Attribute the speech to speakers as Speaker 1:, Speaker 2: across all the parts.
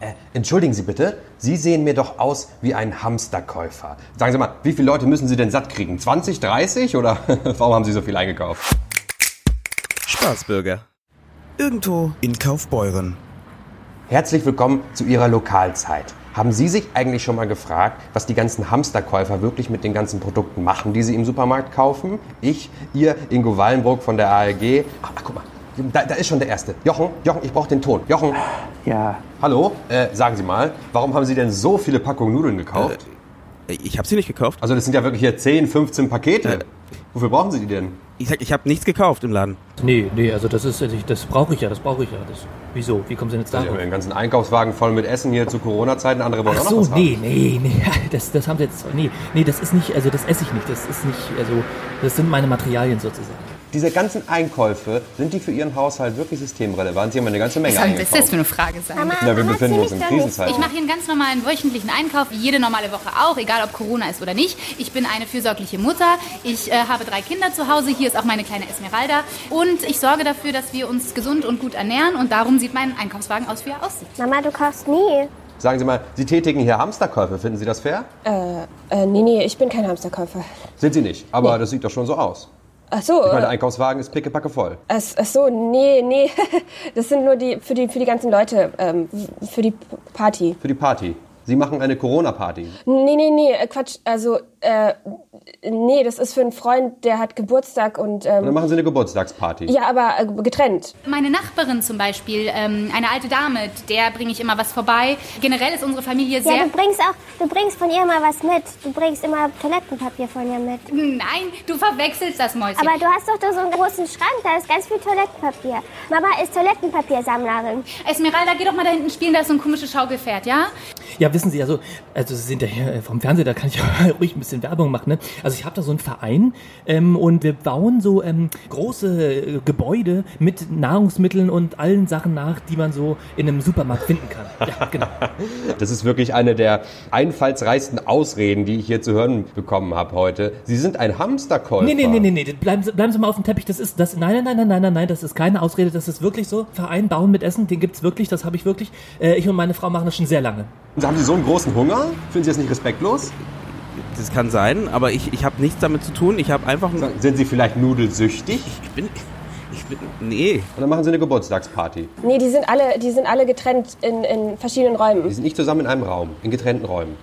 Speaker 1: Äh, Entschuldigen Sie bitte, Sie sehen mir doch aus wie ein Hamsterkäufer. Sagen Sie mal, wie viele Leute müssen Sie denn satt kriegen? 20, 30 oder warum haben Sie so viel eingekauft?
Speaker 2: Spaßbürger. Irgendwo in Kaufbeuren.
Speaker 1: Herzlich willkommen zu Ihrer Lokalzeit. Haben Sie sich eigentlich schon mal gefragt, was die ganzen Hamsterkäufer wirklich mit den ganzen Produkten machen, die sie im Supermarkt kaufen? Ich, ihr, Ingo Wallenburg von der ALG. Ach, ach guck mal, da, da ist schon der Erste. Jochen, Jochen, ich brauche den Ton. Jochen,
Speaker 3: Ja,
Speaker 1: hallo, äh, sagen Sie mal, warum haben Sie denn so viele Packungen Nudeln gekauft?
Speaker 2: Äh, Ich habe sie nicht gekauft.
Speaker 1: Also das sind ja wirklich hier 10, 15 Pakete.
Speaker 2: Äh.
Speaker 1: Wofür brauchen Sie die denn?
Speaker 2: Ich sag, ich habe nichts gekauft im Laden.
Speaker 4: Nee, nee, also das ist, das brauche ich ja, das brauche ich ja. Das, wieso? Wie kommen Sie denn jetzt
Speaker 1: Sie haben
Speaker 4: darauf?
Speaker 1: ja den ganzen Einkaufswagen voll mit Essen hier zu Corona-Zeiten. Andere wollen
Speaker 4: Ach
Speaker 1: Also, auch noch
Speaker 4: so,
Speaker 1: was
Speaker 4: nee,
Speaker 1: haben.
Speaker 4: nee, nee, das, das haben Sie jetzt, nee, nee, das ist nicht, also das esse ich nicht, das ist nicht, also das sind meine Materialien sozusagen.
Speaker 1: Diese ganzen Einkäufe, sind die für Ihren Haushalt wirklich systemrelevant? Sie haben eine ganze Menge
Speaker 5: Was soll das jetzt
Speaker 1: eingekauft.
Speaker 5: für eine Frage sein?
Speaker 1: Ja, wir befinden uns in Krisenzeiten.
Speaker 5: Ich mache hier einen ganz normalen wöchentlichen Einkauf, wie jede normale Woche auch, egal ob Corona ist oder nicht. Ich bin eine fürsorgliche Mutter. Ich äh, habe drei Kinder zu Hause. Hier ist auch meine kleine Esmeralda. Und ich sorge dafür, dass wir uns gesund und gut ernähren. Und darum sieht mein Einkaufswagen aus, wie er aussieht.
Speaker 6: Mama, du kaufst nie.
Speaker 1: Sagen Sie mal, Sie tätigen hier Hamsterkäufe. Finden Sie das fair?
Speaker 7: Äh, nee, nee, ich bin kein Hamsterkäufer.
Speaker 1: Sind Sie nicht, aber das sieht doch schon so aus.
Speaker 7: Ach so,
Speaker 1: Ich halt meine, der
Speaker 7: äh,
Speaker 1: Einkaufswagen ist pickepacke voll.
Speaker 7: ach, ach so, nee, nee. Das sind nur die für die für die ganzen Leute, ähm, für die P- Party.
Speaker 1: Für die Party. Sie machen eine Corona-Party.
Speaker 7: Nee, nee, nee, äh, Quatsch. Also, äh, nee, das ist für einen Freund, der hat Geburtstag und
Speaker 1: Dann
Speaker 7: ähm,
Speaker 1: machen Sie eine Geburtstagsparty.
Speaker 7: ja, aber äh, getrennt.
Speaker 5: Meine Nachbarin zum Beispiel, ähm, eine alte Dame, der bringe ich immer was vorbei. Generell ist unsere Familie
Speaker 6: Ja,
Speaker 5: sehr...
Speaker 6: du bringst auch, du bringst von ihr mal was mit. Du bringst immer Toilettenpapier von ihr mit.
Speaker 5: Nein, du verwechselst das, Mäuschen.
Speaker 6: Aber du hast doch da so einen großen Schrank, da ist ganz viel Toilettenpapier. Mama ist Toilettenpapiersammlerin.
Speaker 5: Esmeralda, geh doch mal da hinten spielen, da ist so ein komisches Schaukelpferd, ja?
Speaker 4: Ja, wissen Sie, also, also Sie sind ja hier äh, vom Fernseher, da kann ich ja ruhig ein bisschen Werbung machen. Ne? Also ich habe da so einen Verein ähm, und wir bauen so ähm, große äh, Gebäude mit Nahrungsmitteln und allen Sachen nach, die man so in einem Supermarkt finden kann. Ja, genau.
Speaker 1: Das ist wirklich eine der einfallsreichsten Ausreden, die ich hier zu hören bekommen habe heute. Sie sind ein Hamsterkäufer.
Speaker 4: Nee, nee, nee, nee, nee, das- bleiben Sie, bleiben Sie mal auf dem Teppich. Das ist, das, nein, nein, nein, nein, nein, nein, nein, das ist keine Ausrede. Das ist wirklich so. Verein bauen mit Essen, den gibt's wirklich, das habe ich wirklich. Äh, ich und meine Frau machen das schon sehr lange.
Speaker 1: Haben Sie so einen großen Hunger? Finden Sie das nicht respektlos?
Speaker 2: Das kann sein, aber ich, ich habe nichts damit zu tun. Ich habe einfach ein,
Speaker 1: Sind Sie vielleicht nudelsüchtig?
Speaker 2: ich bin ich bin nee,
Speaker 1: Und dann machen Sie eine Geburtstagsparty.
Speaker 7: Nee, die sind alle, die sind alle getrennt in, in verschiedenen
Speaker 1: Die
Speaker 7: Räumen.
Speaker 1: sind nicht zusammen in einem Raum, in getrennten Räumen.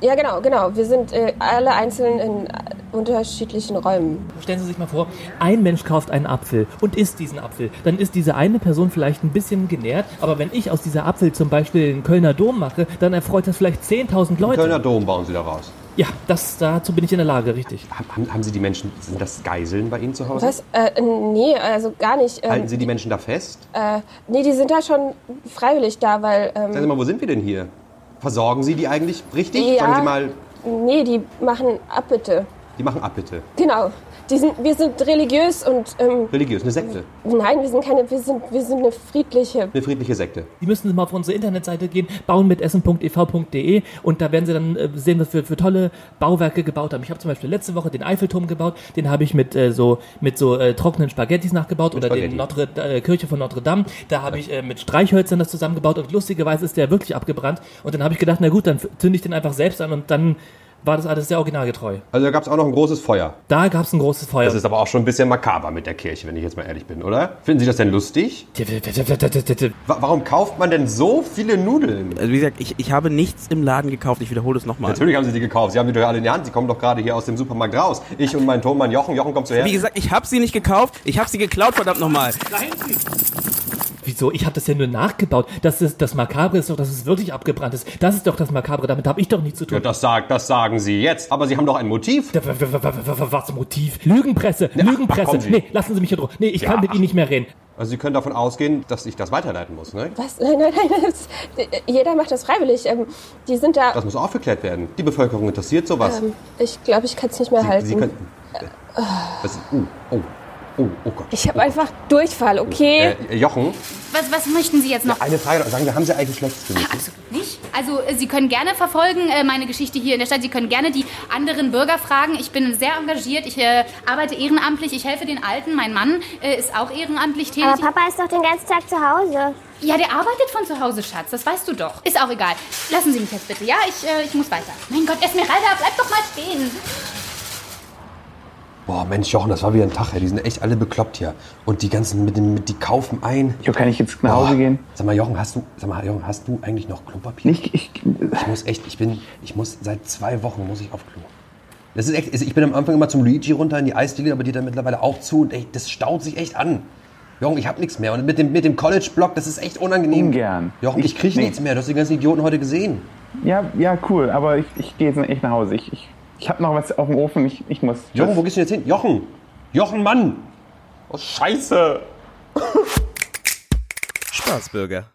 Speaker 7: Ja, genau, genau. Wir sind äh, alle einzeln in äh, unterschiedlichen Räumen.
Speaker 4: Stellen Sie sich mal vor, ein Mensch kauft einen Apfel und isst diesen Apfel. Dann ist diese eine Person vielleicht ein bisschen genährt, aber wenn ich aus dieser Apfel zum Beispiel den Kölner Dom mache, dann erfreut das vielleicht 10.000 Leute.
Speaker 1: Kölner Dom bauen Sie daraus.
Speaker 4: Ja, das, dazu bin ich in der Lage, richtig.
Speaker 1: Haben, haben Sie die Menschen, sind das Geiseln bei Ihnen zu Hause?
Speaker 7: Was? Äh, nee, also gar nicht. Ähm,
Speaker 1: Halten Sie die Menschen da fest?
Speaker 4: Ähm.
Speaker 7: äh, nee, die sind da schon freiwillig da, weil ähm,
Speaker 1: Sagen Sie mal, wo sind wir denn hier? Versorgen Sie die eigentlich richtig?
Speaker 7: Ja.
Speaker 1: Sagen Sie mal,
Speaker 7: Nee, die machen Abbitte.
Speaker 1: die machen Abbitte.
Speaker 7: Genau. Die sind, wir sind religiös und ähm,
Speaker 1: Religiös, eine Sekte.
Speaker 7: nein, wir sind keine, wir sind, wir sind eine friedliche.
Speaker 1: Eine friedliche Sekte.
Speaker 4: Die müssen mal auf unsere Internetseite gehen, e bauenmitessen.ev.de und da werden sie dann äh, sehen, was wir für tolle Bauwerke gebaut haben. Ich habe zum Beispiel letzte Woche den Eiffelturm gebaut, den habe ich mit äh, so mit so äh, trockenen Spaghettis nachgebaut oder
Speaker 1: Spaghetti.
Speaker 4: den Notre, äh, Kirche von Notre Dame. Da habe ich äh, mit Streichhölzern das zusammengebaut und lustigerweise ist der wirklich abgebrannt. Und dann habe ich gedacht, na gut, dann f- zünde ich den einfach selbst an und dann war das alles sehr originalgetreu.
Speaker 1: Also da gab es auch noch ein großes Feuer.
Speaker 4: Da gab es ein großes Feuer.
Speaker 1: Das ist aber auch schon ein bisschen makaber mit der Kirche, wenn ich jetzt mal ehrlich bin, oder? Finden Sie das denn lustig? Wa warum kauft man denn so viele Nudeln?
Speaker 2: also wie gesagt, ich, ich habe nichts im Laden gekauft. Ich wiederhole es nochmal.
Speaker 1: Natürlich haben Sie die gekauft. Sie haben die doch alle in der Hand. Sie kommen doch gerade hier aus dem Supermarkt raus. Ich und mein Tonmann Jochen. Jochen kommt zuher.
Speaker 2: Wie gesagt, ich habe sie nicht gekauft. Ich habe sie geklaut, verdammt nochmal.
Speaker 4: Wieso? Ich habe das ja nur nachgebaut. Das ist das Makabre ist doch, dass es wirklich abgebrannt ist. Das ist doch das Makabre. Damit habe ich doch nichts zu
Speaker 1: Ja,
Speaker 4: tun.
Speaker 1: das, sagt, das sagen Sie jetzt. Aber Sie haben doch ein Motiv.
Speaker 4: W- w- w- w- w- Was Motiv? Lügenpresse, Lügenpresse.
Speaker 1: kommen Sie.
Speaker 4: Nee, lassen Sie mich hier drauf. Nee, ich
Speaker 1: Ja.
Speaker 4: kann mit Ihnen nicht mehr reden.
Speaker 1: Also Sie können davon ausgehen, dass ich das weiterleiten muss. Ne?
Speaker 7: Was? Nein, nein, nein. Das, jeder macht das freiwillig. Ähm, die sind da.
Speaker 1: Das muss aufgeklärt werden. Die Bevölkerung interessiert sowas.
Speaker 7: Ähm, ich glaube, ich kann es nicht mehr
Speaker 1: Sie,
Speaker 7: halten.
Speaker 1: Sie könnten. Das, uh, oh. Oh, oh Gott.
Speaker 7: Ich habe einfach Durchfall, okay?
Speaker 1: Äh, Jochen,
Speaker 5: Was, was möchten Sie jetzt noch?
Speaker 1: eine Frage. noch. Sagen wir, haben Sie eigentlich schlechtes Gewissen?
Speaker 5: Absolut nicht. Also äh, Sie können gerne verfolgen äh, meine Geschichte hier in der Stadt. Sie können gerne die anderen Bürger fragen. Ich bin sehr engagiert. Ich äh, arbeite ehrenamtlich. Ich helfe den Alten. Mein Mann äh, ist auch ehrenamtlich
Speaker 6: Aber
Speaker 5: tätig.
Speaker 6: Papa ist doch den ganzen Tag zu Hause.
Speaker 5: Ja, der arbeitet von zu Hause, Schatz. Das weißt du doch. Ist auch egal. Lassen Sie mich jetzt bitte. Ja, ich, äh, ich muss weiter. Mein Gott, Esmeralda, bleib doch mal stehen.
Speaker 1: Boah, Mensch, Jochen, das war wieder ein Tag, ja. Die sind echt alle bekloppt hier. Und die ganzen mit dem, mit, die kaufen ein.
Speaker 3: Jo, kann ich jetzt nach Hause
Speaker 1: Boah.
Speaker 3: gehen?
Speaker 1: Sag mal, Jochen, hast du, sag mal, Jochen, hast du eigentlich noch Klopapier?
Speaker 3: Nicht, ich,
Speaker 1: Ich muss echt, ich bin, ich muss seit zwei Wochen muss ich auf Klo. Das ist echt, also ich bin am Anfang immer zum Luigi runter in die Eisdiele, aber die dann mittlerweile auch zu und echt, das staut sich echt an. Jochen, ich hab nichts mehr. Und mit dem, mit dem College-Block, das ist echt unangenehm.
Speaker 3: Ungern.
Speaker 1: Jochen, ich
Speaker 3: Ich-
Speaker 1: krieg
Speaker 3: nee.
Speaker 1: nichts mehr. Du hast die ganzen Idioten heute gesehen.
Speaker 3: ja, ja, cool, aber ich, ich gehe jetzt echt nach Hause. Ich, ich, ich habe noch was auf dem Ofen, ich, ich muss.
Speaker 1: Jochen, wo gehst du jetzt hin? Jochen! Jochen, Mann! Oh, scheiße!
Speaker 2: Spaßbürger.